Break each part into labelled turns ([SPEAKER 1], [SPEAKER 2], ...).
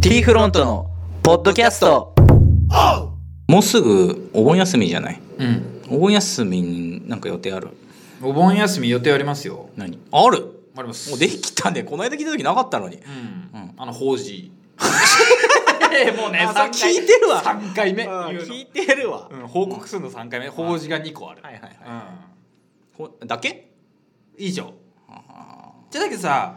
[SPEAKER 1] T フロントのポッドキャスト
[SPEAKER 2] もうすぐお盆休みじゃない
[SPEAKER 3] うん。
[SPEAKER 2] お盆休みになんか予定ある
[SPEAKER 3] お盆休み予定ありますよ。
[SPEAKER 2] 何ある
[SPEAKER 3] あります。
[SPEAKER 2] もうできたねこの間聞いた時なかったのに
[SPEAKER 3] うん。
[SPEAKER 2] うん
[SPEAKER 3] あの、法事。 もうね、
[SPEAKER 2] あそれ
[SPEAKER 3] 三回
[SPEAKER 2] 聞いてるわ
[SPEAKER 3] 3回目言うの
[SPEAKER 2] 聞いてるわ
[SPEAKER 3] うん、報告するの3回目。法事が2個ある。
[SPEAKER 2] はいはいはい
[SPEAKER 3] うん。
[SPEAKER 2] こだけ
[SPEAKER 3] 以上じゃあだけどさ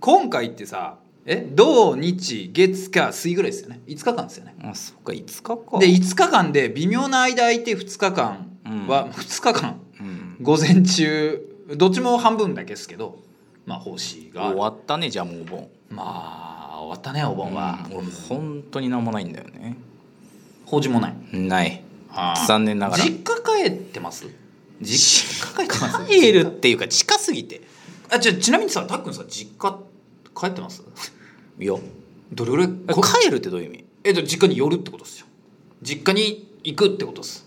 [SPEAKER 3] 今回ってさえ土日月火水ぐらいですよね5日間ですよね
[SPEAKER 2] あそっか5日か
[SPEAKER 3] で5日間で微妙な間空いて2日間は、
[SPEAKER 2] う
[SPEAKER 3] 2日間
[SPEAKER 2] うん
[SPEAKER 3] 午前中どっちも半分だけですけどまあ奉仕があ
[SPEAKER 2] 終
[SPEAKER 3] る
[SPEAKER 2] わったねじゃあもうお盆
[SPEAKER 3] まあ終わったねお
[SPEAKER 2] お
[SPEAKER 3] 盆は、
[SPEAKER 2] 俺もう本当になんもないんだよね
[SPEAKER 3] 法事もない
[SPEAKER 2] ない
[SPEAKER 3] あー
[SPEAKER 2] 残念ながら
[SPEAKER 3] 実家帰ってます
[SPEAKER 2] 実
[SPEAKER 3] 家帰ってます
[SPEAKER 2] 帰るっていうか近すぎて
[SPEAKER 3] あじゃあちなみにさたっくんさ実家帰ってます
[SPEAKER 2] いや
[SPEAKER 3] どれぐらいこ
[SPEAKER 2] 帰るってどういう意味
[SPEAKER 3] えっと実家に寄るってことですよ実家に行くってことです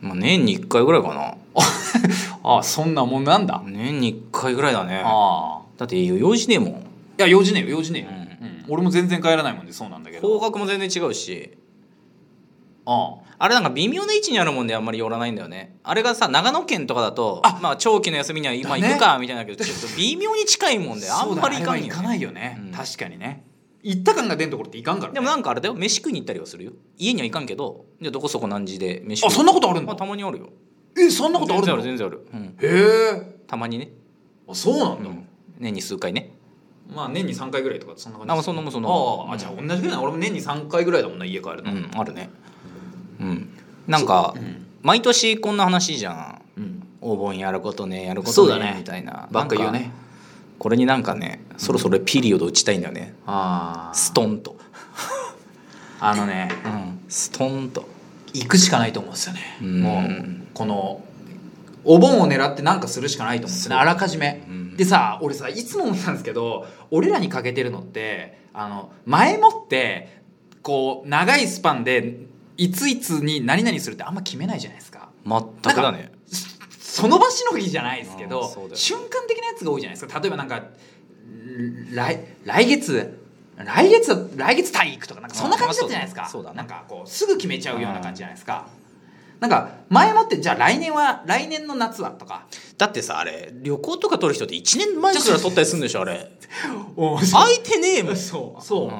[SPEAKER 2] まあ年に1回ぐらいかな
[SPEAKER 3] ああそんなもんなんだ、
[SPEAKER 2] 年に1回ぐらいだね
[SPEAKER 3] ああ
[SPEAKER 2] だって用事ねえもん
[SPEAKER 3] いや用事ねえよ用事ね
[SPEAKER 2] う
[SPEAKER 3] えよ、うん俺も全然帰らないもんでそうなんだけ
[SPEAKER 2] 方
[SPEAKER 3] ど
[SPEAKER 2] 角も全然違うし
[SPEAKER 3] あ
[SPEAKER 2] あれなんか微妙な位置にあるもんであんまり寄らないんだよねあれがさ長野県とかだとまあ長期の休みには今
[SPEAKER 3] だね
[SPEAKER 2] 行くかみたいなんだけどちょっと微妙に近いもんで
[SPEAKER 3] あ
[SPEAKER 2] あんまり行かん
[SPEAKER 3] そうだねあれは行
[SPEAKER 2] よ
[SPEAKER 3] か
[SPEAKER 2] ね
[SPEAKER 3] ないよね、
[SPEAKER 2] うん
[SPEAKER 3] 確かにね行った感が出んところって行かんから、ね、
[SPEAKER 2] でもなんかあれだよ飯食いに行ったりはするよ家には行かんけどじゃあどこそこ何時で飯
[SPEAKER 3] あそんなことあるん
[SPEAKER 2] まあ
[SPEAKER 3] だ
[SPEAKER 2] たまにあるよ
[SPEAKER 3] えそんなことあるんだ
[SPEAKER 2] 全然ある全然ある、
[SPEAKER 3] へえ
[SPEAKER 2] うん、たまにね、
[SPEAKER 3] あそうなん
[SPEAKER 2] う
[SPEAKER 3] だ、
[SPEAKER 2] ん、年に数回ね
[SPEAKER 3] まあ年に3回ぐらいとかそんな感じ
[SPEAKER 2] あそんなもんそんなもん
[SPEAKER 3] あああじゃあ同じぐらいだ俺も年に3回ぐらいだもんな家帰る
[SPEAKER 2] う
[SPEAKER 3] の、
[SPEAKER 2] んあるねうんなんか
[SPEAKER 3] ん
[SPEAKER 2] 毎年こんな話じゃん
[SPEAKER 3] うん、
[SPEAKER 2] お盆やることねやるこ
[SPEAKER 3] そう
[SPEAKER 2] と
[SPEAKER 3] だ
[SPEAKER 2] ね
[SPEAKER 3] ね
[SPEAKER 2] みたいな
[SPEAKER 3] ばっか言う
[SPEAKER 2] なん
[SPEAKER 3] ね
[SPEAKER 2] これになんかねそろそろピリオド打ちたいんだよね
[SPEAKER 3] あ
[SPEAKER 2] ストンと、
[SPEAKER 3] ああのね
[SPEAKER 2] うん、ストンと
[SPEAKER 3] 行くしかないと思うんですよね、
[SPEAKER 2] うん
[SPEAKER 3] もうこのお盆を狙ってなんかするしかないと思うんですねあらかじめ、
[SPEAKER 2] うん
[SPEAKER 3] でさ俺さいつも思ったんですけど俺らに欠けてるのってあの前もってこう長いスパンでいついつに何々するってあんま決めないじゃないですか
[SPEAKER 2] 全くだね
[SPEAKER 3] その場しのぎじゃないですけ
[SPEAKER 2] あ
[SPEAKER 3] ど
[SPEAKER 2] ーそうだよ
[SPEAKER 3] 瞬間的なやつが多いじゃないですか例えばなんかん来来月来月来月タイ行くとかなんかそんな感じだったじゃないです
[SPEAKER 2] あ
[SPEAKER 3] か
[SPEAKER 2] ーそうだそうだね
[SPEAKER 3] なんかこうすぐ決めちゃうような感じじゃないですかなんか前もってじゃあ来年は来年の夏はとか
[SPEAKER 2] だってさあれ旅行とか取る人って1年前から取ったりするんでしょあ れ
[SPEAKER 3] あ
[SPEAKER 2] 空いてねえもん
[SPEAKER 3] そうそう、
[SPEAKER 2] うん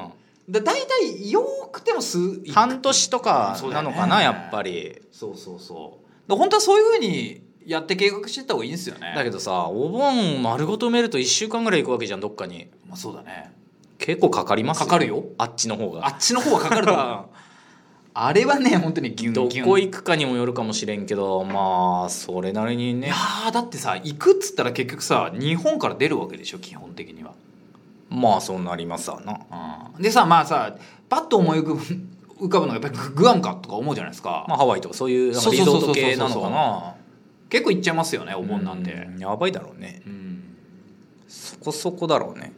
[SPEAKER 3] だ大体よくても数
[SPEAKER 2] 半年とかなのかな、
[SPEAKER 3] そうだよね
[SPEAKER 2] やっぱり
[SPEAKER 3] そうそうそうだ本当はそういうふうにやって計画してった方がいいんですよね
[SPEAKER 2] だけどさお盆丸ごと埋めると1週間ぐらい行くわけじゃんどっかに
[SPEAKER 3] まあ、そうだね
[SPEAKER 2] 結構かかります
[SPEAKER 3] かかるよ
[SPEAKER 2] あっちの方
[SPEAKER 3] あ
[SPEAKER 2] が
[SPEAKER 3] っちの方はかかる と思うあれはね本当にギュンギュ
[SPEAKER 2] ど
[SPEAKER 3] ン
[SPEAKER 2] こ行くかにもよるかもしれんけどまあそれなりに
[SPEAKER 3] い
[SPEAKER 2] ね
[SPEAKER 3] やーだってさ行くっつったら結局さ日本から出るわけでしょ基本的には、
[SPEAKER 2] まあそうなりますわな
[SPEAKER 3] うん、でさまあさパッと思い浮かぶ浮かぶのがやっぱりググアムかとか思うじゃないですか、
[SPEAKER 2] まあハワイとかそういうなんか
[SPEAKER 3] そう
[SPEAKER 2] リ
[SPEAKER 3] そう
[SPEAKER 2] ゾ
[SPEAKER 3] そ
[SPEAKER 2] ート
[SPEAKER 3] うそうそう
[SPEAKER 2] 系なのかな
[SPEAKER 3] 結構行っちゃいますよねお盆なんて
[SPEAKER 2] うやばいだろうね
[SPEAKER 3] うん
[SPEAKER 2] そこそこだろうね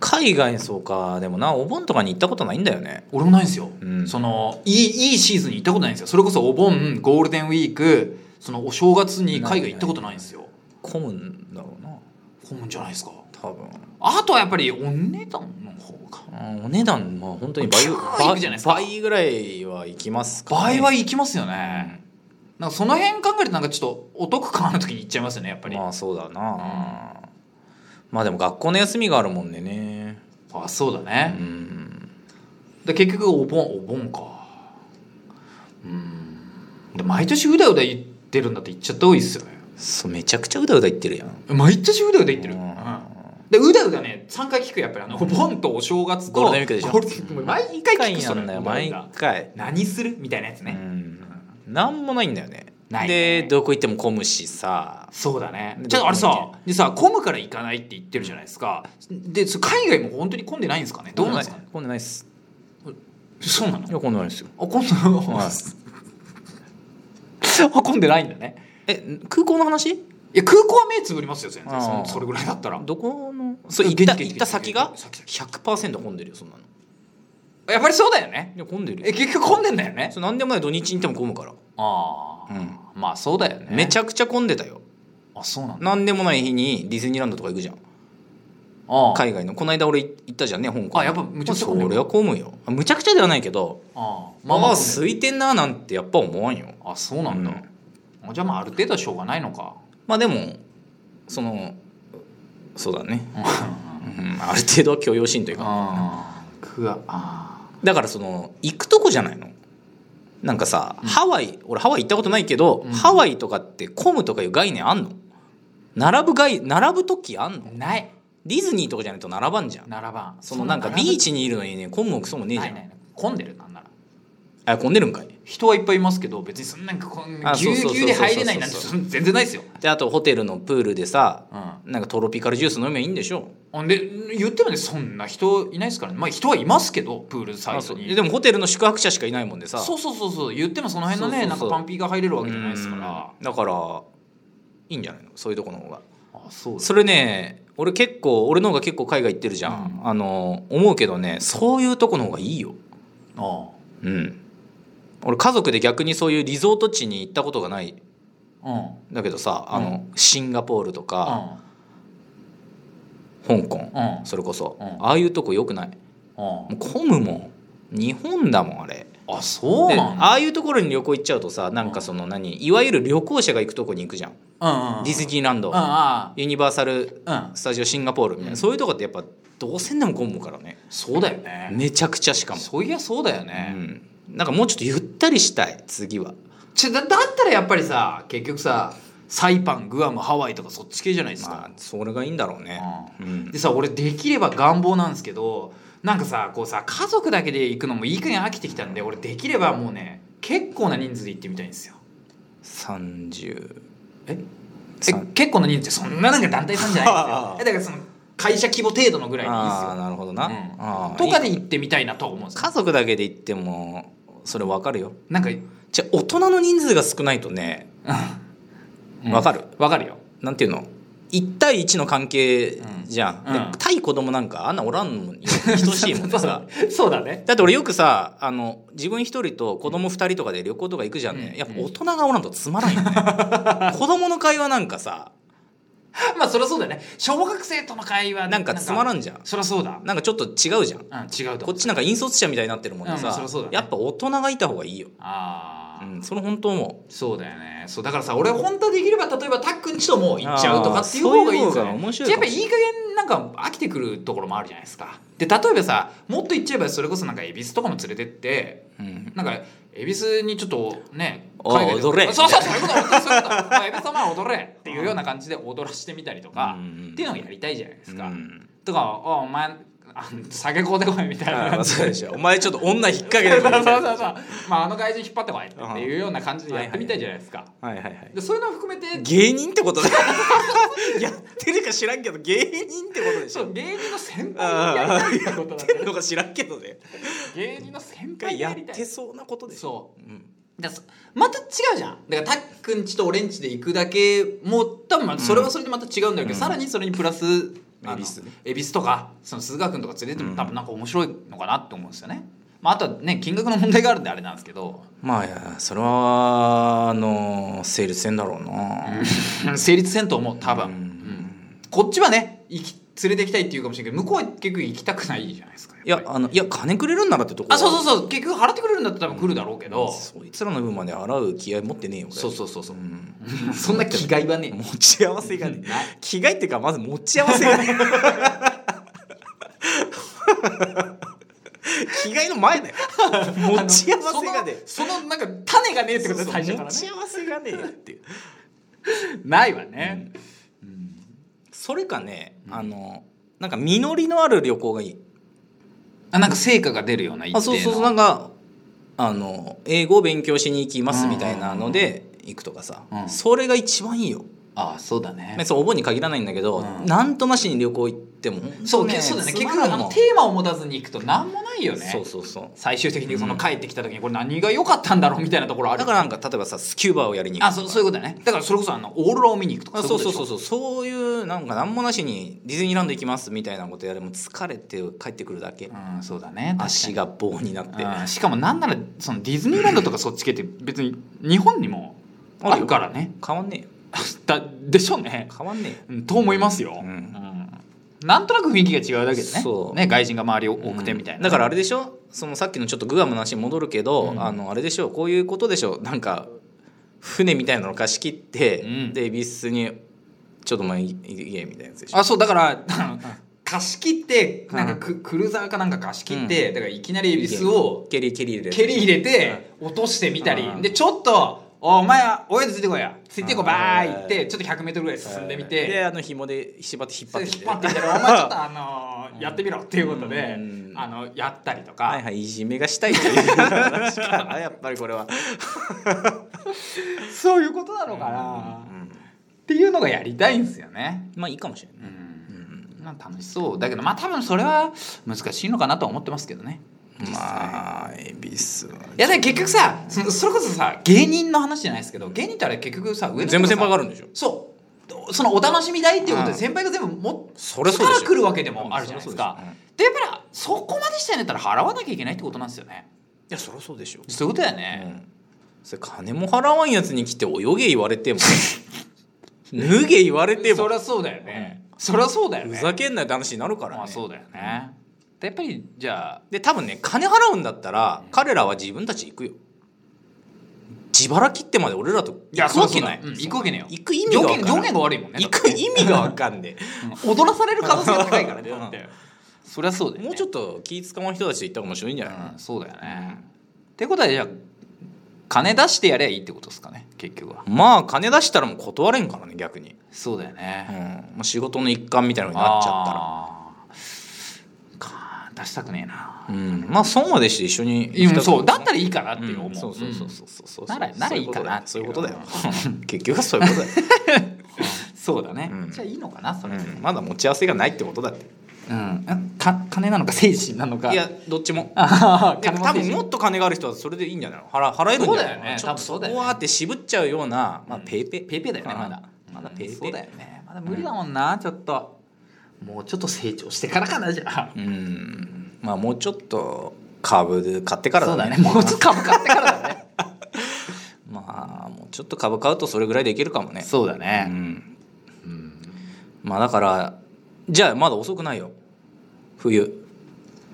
[SPEAKER 2] 海外そうかでもなお盆とかに行ったことないんだよね
[SPEAKER 3] 俺もないんですよ、
[SPEAKER 2] うん
[SPEAKER 3] そのいいいいシーズンに行ったことないんですよそれこそお盆ゴールデンウィークそのお正月に海外行ったことないんですよ
[SPEAKER 2] 混むんだろうな
[SPEAKER 3] 混むんじゃないですか
[SPEAKER 2] 多分
[SPEAKER 3] あとはやっぱりお値段の方が
[SPEAKER 2] うんお値段まあ本当に倍
[SPEAKER 3] キャー行くじゃないですか
[SPEAKER 2] 倍倍ぐらいは行きますか、
[SPEAKER 3] 倍は
[SPEAKER 2] やっ
[SPEAKER 3] 行きますよね、なんかその辺考えるとなんかちょっとお得感ある時に行っちゃいますよねやっぱり、
[SPEAKER 2] まあそうだな、まあでも学校の休みがあるもんでね
[SPEAKER 3] あそうだ
[SPEAKER 2] う
[SPEAKER 3] ね、
[SPEAKER 2] ん
[SPEAKER 3] で結局お盆お盆かうんで毎年うだうだ言ってるんだって言っちゃった方がいいっすよね
[SPEAKER 2] そうめちゃくちゃうだうだ言ってるやん
[SPEAKER 3] 毎年うだうだ言ってる、
[SPEAKER 2] うん
[SPEAKER 3] うんでうだうだね3回聞くやっぱりあのお盆とお正月と
[SPEAKER 2] ゴールデンウィークでしょ
[SPEAKER 3] ゴールデンウィークもう毎回聞く
[SPEAKER 2] 毎回
[SPEAKER 3] そ
[SPEAKER 2] な
[SPEAKER 3] れ
[SPEAKER 2] んだよ
[SPEAKER 3] うだうだ
[SPEAKER 2] 毎回
[SPEAKER 3] 何するみたいなやつ
[SPEAKER 2] う
[SPEAKER 3] ね、
[SPEAKER 2] んなんもないんだよね
[SPEAKER 3] ないね
[SPEAKER 2] でどこ行っても混むしさ
[SPEAKER 3] そうだね
[SPEAKER 2] で
[SPEAKER 3] じゃああれ
[SPEAKER 2] どこ
[SPEAKER 3] さでさ混むから行かないって言ってるじゃないですかでそ海外も本当に混んでないんですかねどうなんですかね
[SPEAKER 2] 混んでないっす
[SPEAKER 3] そうなの
[SPEAKER 2] いや混んでないですよ
[SPEAKER 3] あ、混んでない。 あ、混んでないんだね。
[SPEAKER 2] え空港の話
[SPEAKER 3] いや、空港は目つぶりますよ、全然。そ
[SPEAKER 2] あー
[SPEAKER 3] のそれぐらいだったら。
[SPEAKER 2] どこのそう
[SPEAKER 3] 現
[SPEAKER 2] 行
[SPEAKER 3] 地
[SPEAKER 2] った
[SPEAKER 3] 現地
[SPEAKER 2] 行った先が
[SPEAKER 3] 現地現
[SPEAKER 2] 100%混んでるよそんなの
[SPEAKER 3] やっぱりそうだよね。
[SPEAKER 2] いや混んでるよ
[SPEAKER 3] え、結局混んでんだよね。
[SPEAKER 2] そうなんでもない土日に行っても混むから
[SPEAKER 3] ああ、
[SPEAKER 2] うん
[SPEAKER 3] まあそうだよね。
[SPEAKER 2] めちゃくちゃ混んでたよ
[SPEAKER 3] ゃ。あ、そうなんだ。
[SPEAKER 2] なんでもない日にディズニーランドとか行くじゃん
[SPEAKER 3] ああ
[SPEAKER 2] 海外のこの間俺行ったじゃんね香港
[SPEAKER 3] あやっぱむちゃくちゃ混
[SPEAKER 2] 混
[SPEAKER 3] む
[SPEAKER 2] む
[SPEAKER 3] よ
[SPEAKER 2] 俺は混むよあむちゃくちゃではないけど
[SPEAKER 3] ああ
[SPEAKER 2] まあ
[SPEAKER 3] ま
[SPEAKER 2] ま
[SPEAKER 3] あま
[SPEAKER 2] あ
[SPEAKER 3] あ
[SPEAKER 2] 空いてんななんてやっぱ思わんよ
[SPEAKER 3] あそうなんだ、あじゃあまあある程度はしょうがないのか
[SPEAKER 2] まあでもそのそうだね、
[SPEAKER 3] うん
[SPEAKER 2] うん、ある程度は許容心というか
[SPEAKER 3] ああくわあ
[SPEAKER 2] だからその行くとこじゃないのなんかさ、ハワイ俺ハワイ行ったことないけど、
[SPEAKER 3] うん
[SPEAKER 2] ハワイとかって混むとかいう概念あんの並ぶ概並ぶ時あんの
[SPEAKER 3] あない
[SPEAKER 2] ディズニーとかじゃないと並ばんじゃん
[SPEAKER 3] 7番
[SPEAKER 2] そのなんかビー
[SPEAKER 3] チ
[SPEAKER 2] チにいるのにね混むもクソもねえじゃん、
[SPEAKER 3] 混んでるなんなら
[SPEAKER 2] あ混んでるんかい
[SPEAKER 3] 人はいっぱいいますけど別にそんなんかこん
[SPEAKER 2] あ
[SPEAKER 3] ぎゅうぎゅうで入れないなんて
[SPEAKER 2] そう
[SPEAKER 3] そん全然ないですよ、
[SPEAKER 2] であとホテルのプールでさ
[SPEAKER 3] う
[SPEAKER 2] なんかトロピカルジュース飲めばいいんでしょ
[SPEAKER 3] ん、で言ってもねそんな人いないですからねまあ人はいますけどプールサイ
[SPEAKER 2] あ
[SPEAKER 3] ド
[SPEAKER 2] そう
[SPEAKER 3] に
[SPEAKER 2] えでもホテルの宿泊者しかいないもんでさ
[SPEAKER 3] そうそうそうそう言ってもその辺のね
[SPEAKER 2] そうそうそう
[SPEAKER 3] なんかパンピーが入れるわけじゃないですか
[SPEAKER 2] からだからいいんじゃないのそういうとこの方が
[SPEAKER 3] あそう
[SPEAKER 2] それね俺結構俺の方が結構海外行ってるじゃん、あの思うけどねそういうとこの方がいいよ
[SPEAKER 3] あ
[SPEAKER 2] うん俺家族で逆にそういうリゾート地に行ったことがない
[SPEAKER 3] あうん
[SPEAKER 2] だけどさあの、シンガポールとか、香港、
[SPEAKER 3] うんうん
[SPEAKER 2] それこそ、
[SPEAKER 3] うん
[SPEAKER 2] ああいうとこよくない
[SPEAKER 3] うん
[SPEAKER 2] もう混むもん日本だもんあれ
[SPEAKER 3] あそう
[SPEAKER 2] で
[SPEAKER 3] なんだ
[SPEAKER 2] ああいうところに旅行行っちゃうとさなんかその何いわゆる旅行者が行くとこに行くじゃん
[SPEAKER 3] うんうん
[SPEAKER 2] ディズニーランド
[SPEAKER 3] うんあ
[SPEAKER 2] ユニバーサル
[SPEAKER 3] あうん
[SPEAKER 2] スタジオシンガポールみたいな、
[SPEAKER 3] うん
[SPEAKER 2] そういうとこってやっぱどうせんでも混むからね
[SPEAKER 3] そうだよね
[SPEAKER 2] めちゃくちゃしかも、
[SPEAKER 3] そういやそうだよ
[SPEAKER 2] う
[SPEAKER 3] ね、
[SPEAKER 2] ん、なんかもうちょっとゆったりしたい次は
[SPEAKER 3] ちょだだったらやっぱりさ結局さサイパングアムハワイとかそっち系じゃないですか、
[SPEAKER 2] まあそれがいいんだろうねう
[SPEAKER 3] で
[SPEAKER 2] ん
[SPEAKER 3] さ俺できれば願望なんですけどなんかさこうさ家族だけで行くのもいい加減飽きてきたんで俺できればもうね結構な人数で行ってみたいんですよ
[SPEAKER 2] 30
[SPEAKER 3] ええ
[SPEAKER 2] さん
[SPEAKER 3] 結構な人数ってそんななんか団体さんじゃないんですよえだからその会社規模程度のぐらいでいいです
[SPEAKER 2] ああ
[SPEAKER 3] よ
[SPEAKER 2] なるほどな、
[SPEAKER 3] うん
[SPEAKER 2] ああ
[SPEAKER 3] とか
[SPEAKER 2] いい
[SPEAKER 3] で行ってみたいなとは思うんですよ
[SPEAKER 2] 家族だけで行ってもそれ分かるよ
[SPEAKER 3] なんか
[SPEAKER 2] じゃあ大人の人数が少ないとね
[SPEAKER 3] うん
[SPEAKER 2] わかる
[SPEAKER 3] わかるよ
[SPEAKER 2] なんていうの1対1の関係じゃん、
[SPEAKER 3] うん
[SPEAKER 2] で
[SPEAKER 3] うん
[SPEAKER 2] 対子供なんかあんなおらんの に等しいもんでさ
[SPEAKER 3] そうだね
[SPEAKER 2] だって俺よくさあの自分一人と子供二人とかで旅行とか行くじゃんね、
[SPEAKER 3] うん
[SPEAKER 2] やっぱ大人がおらんとつまらんよね 子供の会話なんかさ
[SPEAKER 3] まあそりゃそうだよね小学生との会話
[SPEAKER 2] なんかつまらんじゃん
[SPEAKER 3] そりゃそうだ
[SPEAKER 2] なんかちょっと違うじゃん
[SPEAKER 3] うん違うと
[SPEAKER 2] こ
[SPEAKER 3] 思
[SPEAKER 2] っ
[SPEAKER 3] う
[SPEAKER 2] ちなんか引率者みたいになってるもんで
[SPEAKER 3] うんまあ
[SPEAKER 2] さ、
[SPEAKER 3] そりゃそうだね
[SPEAKER 2] やっぱ大人がいた方がいいよ、
[SPEAKER 3] あ
[SPEAKER 2] う
[SPEAKER 3] あ
[SPEAKER 2] ん、それ本当思う
[SPEAKER 3] そうだよねそうだからさ俺本当はできれば例えばたっくんちともう行っちゃうとかっていう方がいいんですよ、
[SPEAKER 2] あーそういう方が面
[SPEAKER 3] ね、
[SPEAKER 2] 白い
[SPEAKER 3] や
[SPEAKER 2] かも
[SPEAKER 3] っぱ
[SPEAKER 2] し
[SPEAKER 3] いい加減なんか飽きてくるところもあるじゃないですかで例えばさもっと行っちゃえばそれこそなんか恵比寿とかも連れてって
[SPEAKER 2] うん
[SPEAKER 3] なんか恵比寿にちょっとね
[SPEAKER 2] おい
[SPEAKER 3] で
[SPEAKER 2] 踊れ
[SPEAKER 3] そうそうそういうこと本当にそういうことまあ恵比寿様は踊れっていうような感じで踊らしてみたりとか、
[SPEAKER 2] うん
[SPEAKER 3] っていうのをやりたいじゃないですか、
[SPEAKER 2] うん
[SPEAKER 3] とか「おお前あ酒こうてこい」みたいな
[SPEAKER 2] あーそうでしょお前ちょっと女引っ掛け
[SPEAKER 3] そ
[SPEAKER 2] てる
[SPEAKER 3] う そ
[SPEAKER 2] みた
[SPEAKER 3] う
[SPEAKER 2] いな
[SPEAKER 3] そう
[SPEAKER 2] はい
[SPEAKER 3] そうまああの外人引っ張ってこいっていうような感じでやってみたいじゃないですか
[SPEAKER 2] はいはい
[SPEAKER 3] でそういうのを含めて
[SPEAKER 2] 芸人ってことだ やってるか知らんけど芸人ってことでし
[SPEAKER 3] そ
[SPEAKER 2] ょ
[SPEAKER 3] う芸人の先輩にやりたいってこ
[SPEAKER 2] や
[SPEAKER 3] とだ
[SPEAKER 2] って
[SPEAKER 3] ね
[SPEAKER 2] るのか知らんけどね
[SPEAKER 3] 芸人の先輩に
[SPEAKER 2] や
[SPEAKER 3] や
[SPEAKER 2] っ
[SPEAKER 3] りた
[SPEAKER 2] て
[SPEAKER 3] い
[SPEAKER 2] そうなことでしょ、
[SPEAKER 3] そう
[SPEAKER 2] ん、
[SPEAKER 3] うだからそまた違うじゃんだからたっくんちと俺んちで行くだけも多分まあそれはそれでまた違うんだけど、
[SPEAKER 2] うん
[SPEAKER 3] さらにそれにプラスあの
[SPEAKER 2] 恵比寿
[SPEAKER 3] 恵比寿とかその鈴川君とか連れてって
[SPEAKER 2] う
[SPEAKER 3] も
[SPEAKER 2] ん
[SPEAKER 3] 多分なんか面白いのかなって思うんですよね、まあ、あとはね金額の問題があるんであれなんですけど
[SPEAKER 2] まあいやそれはあの成立戦だろうな、
[SPEAKER 3] 成立せんと思う多分、
[SPEAKER 2] うん
[SPEAKER 3] うんこっちはね行き連れて行きたいっていうかもしれんけど向こうは結局行きたくないじゃないですか
[SPEAKER 2] い
[SPEAKER 3] やっ
[SPEAKER 2] や
[SPEAKER 3] ぱり
[SPEAKER 2] あのいや金くれるんならってとこ
[SPEAKER 3] あそうそうそう結局払ってくれるんだったら多分来るだろうけど、
[SPEAKER 2] そいつらの分まで払う気合持ってねえよ俺
[SPEAKER 3] そうそうそうそうう、
[SPEAKER 2] ん
[SPEAKER 3] そんな気概はね
[SPEAKER 2] 持ち合わせがね
[SPEAKER 3] ない
[SPEAKER 2] 着替えっていうかまず持ち合わせがね着替えの前だよ持ち合わせがね
[SPEAKER 3] そのそのなんか種がねえって
[SPEAKER 2] そ
[SPEAKER 3] こ
[SPEAKER 2] う
[SPEAKER 3] と
[SPEAKER 2] そう
[SPEAKER 3] で最初から
[SPEAKER 2] 持ち
[SPEAKER 3] ね
[SPEAKER 2] 合わせがねえよっていう
[SPEAKER 3] ないわね、
[SPEAKER 2] それかねあのなんか実りのある旅行がいい
[SPEAKER 3] あなんか成果が出るような一定の
[SPEAKER 2] あそうそうそうなんかあの英語を勉強しに行きますみたいなので行くとかさ、
[SPEAKER 3] うん
[SPEAKER 2] それが一番いいよ、
[SPEAKER 3] あそうだね
[SPEAKER 2] まあそうお盆に限らないんだけど、
[SPEAKER 3] うん
[SPEAKER 2] なんとなしに旅行行っても
[SPEAKER 3] そうけそうだね結局あのテーマを持たずに行くと何もないよね
[SPEAKER 2] そうそうそう
[SPEAKER 3] 最終的にその帰ってきた時にこれ何が良かったんだろうみたいなところある
[SPEAKER 2] だからなんか例えばさスキューバをやりに行
[SPEAKER 3] あ
[SPEAKER 2] く
[SPEAKER 3] そ
[SPEAKER 2] と
[SPEAKER 3] う
[SPEAKER 2] か
[SPEAKER 3] そういうことだねだからそれこそあのオーロラを見に行くとか
[SPEAKER 2] あそうそうそう
[SPEAKER 3] そう
[SPEAKER 2] そうそういうなんか何もなしにディズニーランド行きますみたいなことやれも疲れて帰ってくるだけ、
[SPEAKER 3] いうことでしょうんそうだね
[SPEAKER 2] 足が棒になって、
[SPEAKER 3] うんしかもなんならそのディズニーランドとかそっち系って別に日本にもあるからね
[SPEAKER 2] 変わんねえよ
[SPEAKER 3] だでしょうね
[SPEAKER 2] 変わんねえよ
[SPEAKER 3] うんと思いますよ、
[SPEAKER 2] うん
[SPEAKER 3] うんなんとなく雰囲気が違うだけでね
[SPEAKER 2] そう
[SPEAKER 3] ね外人が周りを多くてみたいな、
[SPEAKER 2] だからあれでしょそのさっきのちょっとグアムの話に戻るけど、
[SPEAKER 3] うん
[SPEAKER 2] あのあれでしょこういうことでしょなんか船みたいなの貸し切って、
[SPEAKER 3] うん
[SPEAKER 2] でイビスにちょっと前行けみたいなやつでしょ
[SPEAKER 3] あそうだから貸し切ってなんかク,、クルーザーかなんか貸し切って、だからいきなり恵比寿を
[SPEAKER 2] 蹴り蹴り入れる
[SPEAKER 3] 蹴り入れて落としてみたり、でちょっと「おお前はおやつついてこいやついてこいばーい」ってちょっと 100m ぐらい進んでみて、
[SPEAKER 2] であの紐で縛って引っ
[SPEAKER 3] そ
[SPEAKER 2] 張っ
[SPEAKER 3] れ
[SPEAKER 2] て
[SPEAKER 3] 引っ
[SPEAKER 2] み
[SPEAKER 3] 張ってみたら「お前ちょっとあのーやってみろ」っていうことで、
[SPEAKER 2] うん
[SPEAKER 3] あのやったりとか、
[SPEAKER 2] はいはいいじめがしたいという 話かなやっぱりこれは、
[SPEAKER 3] そういうことなのかな、っていうのがやりたいんですよね。
[SPEAKER 2] まあいいかもしれない、
[SPEAKER 3] うんまあ、楽しそうだけどまあ多分それは難しいのかなとは思ってますけどね。
[SPEAKER 2] まあ恵比寿はい
[SPEAKER 3] やだから結局さそそれこそさ芸人の話じゃないですけど芸人ってあれ結局さ上の人がさ
[SPEAKER 2] 全部先輩があるんでしょ
[SPEAKER 3] そうそのお楽しみ代っていうこと
[SPEAKER 2] う
[SPEAKER 3] で
[SPEAKER 2] ん
[SPEAKER 3] 先輩が全部もっ
[SPEAKER 2] そりゃそうでしょ
[SPEAKER 3] 力来るわけでもあるじゃないですか
[SPEAKER 2] うんそりゃそう
[SPEAKER 3] でやっぱりそこまでしたいんだったら払わなきゃいけないってことなんですよね
[SPEAKER 2] いやそりゃそうでしょ
[SPEAKER 3] そういうことだよ
[SPEAKER 2] う
[SPEAKER 3] ね、
[SPEAKER 2] んそれ金も払わんやつに来て泳げ言われ ても脱げ言われて
[SPEAKER 3] そ
[SPEAKER 2] も
[SPEAKER 3] りゃそうだよね、そりゃそうだよ
[SPEAKER 2] ふ
[SPEAKER 3] ね
[SPEAKER 2] ざけんなよって話になるから、ね
[SPEAKER 3] まあそうだよね、でやっぱりじゃあ
[SPEAKER 2] で多分ね金払うんだったら彼らは自分たち行くよ自腹切ってまで俺らと行くわけない
[SPEAKER 3] うん行くわけねえよ
[SPEAKER 2] 行く意味が
[SPEAKER 3] 条
[SPEAKER 2] わか
[SPEAKER 3] 件
[SPEAKER 2] ん
[SPEAKER 3] 条
[SPEAKER 2] な
[SPEAKER 3] 件が
[SPEAKER 2] い
[SPEAKER 3] 悪いもんね
[SPEAKER 2] 行く意味がわかんね
[SPEAKER 3] うん踊らされる可能性が高いからね
[SPEAKER 2] うん
[SPEAKER 3] だってそりゃそうだ
[SPEAKER 2] え
[SPEAKER 3] よ、ね、
[SPEAKER 2] もうちょっと気使わん人たちで行った方が面白いんじゃないの、
[SPEAKER 3] うん、そうだよね。ってことはじゃあ金出してやりゃいいってことですかね結局は。
[SPEAKER 2] まあ金出したらもう断れんからね逆に、
[SPEAKER 3] そうだよ
[SPEAKER 2] うん
[SPEAKER 3] ね。
[SPEAKER 2] もう仕事の一環みたいなのになっちゃったら
[SPEAKER 3] ったら。か出したくねえな。
[SPEAKER 2] うん、まあ損はでして一緒に
[SPEAKER 3] いやそうだった
[SPEAKER 2] い
[SPEAKER 3] らいいかなって
[SPEAKER 2] い
[SPEAKER 3] いう
[SPEAKER 2] と
[SPEAKER 3] 思う。
[SPEAKER 2] 思う、そうそう
[SPEAKER 3] う
[SPEAKER 2] そうそうそうそう
[SPEAKER 3] ならならいいかな
[SPEAKER 2] そういうことだよ
[SPEAKER 3] って
[SPEAKER 2] 結局はそういうことだよ、
[SPEAKER 3] んそうだね、
[SPEAKER 2] うん
[SPEAKER 3] じゃあいいのかなそれで。
[SPEAKER 2] うん、まだ持ち合わせがないってことだって
[SPEAKER 3] うん。か金なのか精神なのか。
[SPEAKER 2] いやどっちも
[SPEAKER 3] あー、
[SPEAKER 2] いや
[SPEAKER 3] 金も
[SPEAKER 2] 多
[SPEAKER 3] 精
[SPEAKER 2] 分
[SPEAKER 3] 神
[SPEAKER 2] もっと金がある人はそれでいいんじゃないの払払えるんじゃないの
[SPEAKER 3] そうだよね
[SPEAKER 2] ちょっ
[SPEAKER 3] 多分
[SPEAKER 2] と
[SPEAKER 3] そ
[SPEAKER 2] そう
[SPEAKER 3] だよ
[SPEAKER 2] こ
[SPEAKER 3] ね
[SPEAKER 2] はって渋っちゃうような、まあ、ペイペイ、
[SPEAKER 3] ペイペイだよね
[SPEAKER 2] うん
[SPEAKER 3] まだ。
[SPEAKER 2] まだペイペイ
[SPEAKER 3] そうだよね。まだ無理だもんな、ちょっと。もうちょっと成長してからかなじゃあ。
[SPEAKER 2] うんまあもうちょっと株で買ってから
[SPEAKER 3] そ
[SPEAKER 2] だ
[SPEAKER 3] う
[SPEAKER 2] ね
[SPEAKER 3] だね。もうちょっと株買ってからだね。
[SPEAKER 2] まあもうちょっと株買うと それぐらいでいけるかもね
[SPEAKER 3] そうだ
[SPEAKER 2] う
[SPEAKER 3] ね。
[SPEAKER 2] んまあだからじゃあまだ遅くないよ冬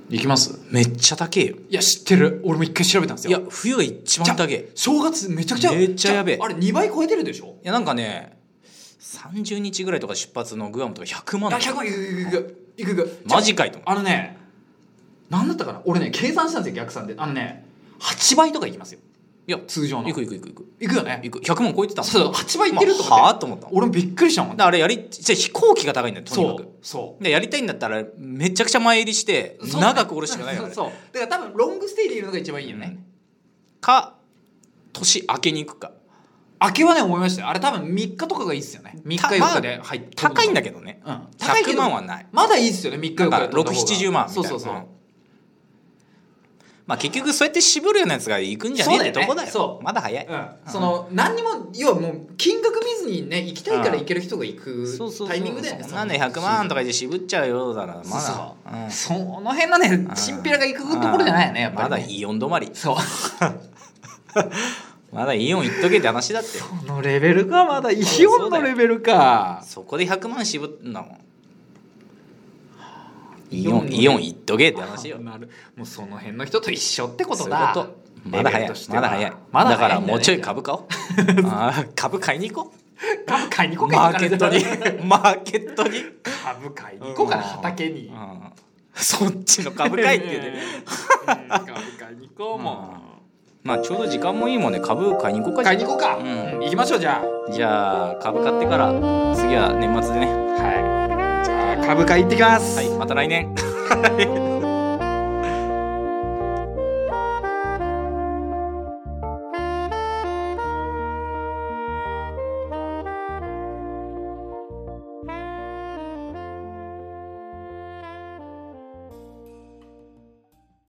[SPEAKER 3] 行きます
[SPEAKER 2] めっちゃ高えよ
[SPEAKER 3] いや、知ってる。俺も一回調べたんです
[SPEAKER 2] い
[SPEAKER 3] よ。
[SPEAKER 2] や、冬が一番高えい
[SPEAKER 3] 正月めちゃくちゃ。
[SPEAKER 2] めっちゃやべえ
[SPEAKER 3] じあれ、2倍超えてるでしょ
[SPEAKER 2] やなんかね30日ぐらいとか出発のグアムとか100
[SPEAKER 3] い
[SPEAKER 2] 万
[SPEAKER 3] や、
[SPEAKER 2] だ
[SPEAKER 3] 100万いくいくいくいくいくいく。
[SPEAKER 2] マジかいと
[SPEAKER 3] じ
[SPEAKER 2] 思
[SPEAKER 3] ゃああのね、なんだったかな俺ね、計算したんですよ、逆算で。あのね、8倍とかいきますよ。
[SPEAKER 2] ういや
[SPEAKER 3] 通常の。
[SPEAKER 2] いく
[SPEAKER 3] い
[SPEAKER 2] いくいくいく
[SPEAKER 3] くよね
[SPEAKER 2] い。く100万超えてたもん
[SPEAKER 3] そう、8倍いってると
[SPEAKER 2] まあはあ
[SPEAKER 3] か
[SPEAKER 2] と思ったもん
[SPEAKER 3] 俺もびっくりしたもん。
[SPEAKER 2] であれやりじゃあ飛行機が高いんだよとに
[SPEAKER 3] そ
[SPEAKER 2] か
[SPEAKER 3] う
[SPEAKER 2] く。
[SPEAKER 3] そう。
[SPEAKER 2] でやりたいんだったらめちゃくちゃ前入りして
[SPEAKER 3] そう
[SPEAKER 2] 長くおるしかないから、ね、
[SPEAKER 3] そう。だから多分、ロングステイでいるのが一番いいよね。
[SPEAKER 2] か年明けに行くか
[SPEAKER 3] 明けはね、思いましたよあれ多分3日とかがいいっすよね。3日
[SPEAKER 2] た
[SPEAKER 3] 4日で入って。
[SPEAKER 2] 高いんだ
[SPEAKER 3] け
[SPEAKER 2] けどね
[SPEAKER 3] ど。うん。高いけ
[SPEAKER 2] 100
[SPEAKER 3] ど
[SPEAKER 2] 万はない
[SPEAKER 3] まだいいっすよね、3日
[SPEAKER 2] だ
[SPEAKER 3] 4日
[SPEAKER 2] か
[SPEAKER 3] で
[SPEAKER 2] ら
[SPEAKER 3] 取った方が
[SPEAKER 2] 670万みたいな
[SPEAKER 3] そうそうそう。
[SPEAKER 2] んまあ結局そうやって渋るようなやつが行くんじゃねえってとこだよ
[SPEAKER 3] そうだよねそう
[SPEAKER 2] まだ早い、
[SPEAKER 3] うん、その何にも要はもう金額見ずにね行きたいから行ける人が行く
[SPEAKER 2] そうそうそう
[SPEAKER 3] タイミングで
[SPEAKER 2] そんなんで100万とかで渋っちゃうようだなまだ
[SPEAKER 3] そう、その辺のねチンピラが行くところじゃないよねやっぱ
[SPEAKER 2] ま
[SPEAKER 3] りね、
[SPEAKER 2] だイオン止まり
[SPEAKER 3] そう
[SPEAKER 2] まだイオン行っとけって話だって
[SPEAKER 3] このレベルかまだイオンのレベルか
[SPEAKER 2] そこで100万渋んだもんイ
[SPEAKER 3] イオ
[SPEAKER 2] オ
[SPEAKER 3] ン
[SPEAKER 2] ン
[SPEAKER 3] の
[SPEAKER 2] イオン行っとけって話よ
[SPEAKER 3] なるもうその辺の人と一緒ってこと
[SPEAKER 2] そういう
[SPEAKER 3] だ
[SPEAKER 2] ことまだ
[SPEAKER 3] レベ
[SPEAKER 2] 早
[SPEAKER 3] ル
[SPEAKER 2] い
[SPEAKER 3] としては
[SPEAKER 2] まだ早い
[SPEAKER 3] まだ
[SPEAKER 2] だか
[SPEAKER 3] 早い
[SPEAKER 2] ら
[SPEAKER 3] んだね
[SPEAKER 2] もうちょい株 買おうあー株買いに行こ
[SPEAKER 3] 株買いに行
[SPEAKER 2] う
[SPEAKER 3] こう
[SPEAKER 2] マ
[SPEAKER 3] か
[SPEAKER 2] ーケットにマーケットに
[SPEAKER 3] 株買いに行こうかな
[SPEAKER 2] うん
[SPEAKER 3] 畑に、
[SPEAKER 2] うんそっちの株買いってね
[SPEAKER 3] うん株買いに行こうもん
[SPEAKER 2] まあちょうど時間もいいもんね株買いに行こうか
[SPEAKER 3] 買いに行こうか、
[SPEAKER 2] うん
[SPEAKER 3] 行きましょうじゃあ
[SPEAKER 2] じゃあ株買ってから次は年末でね
[SPEAKER 3] はい。じゃあ株価行ってきます。
[SPEAKER 2] はいまた来年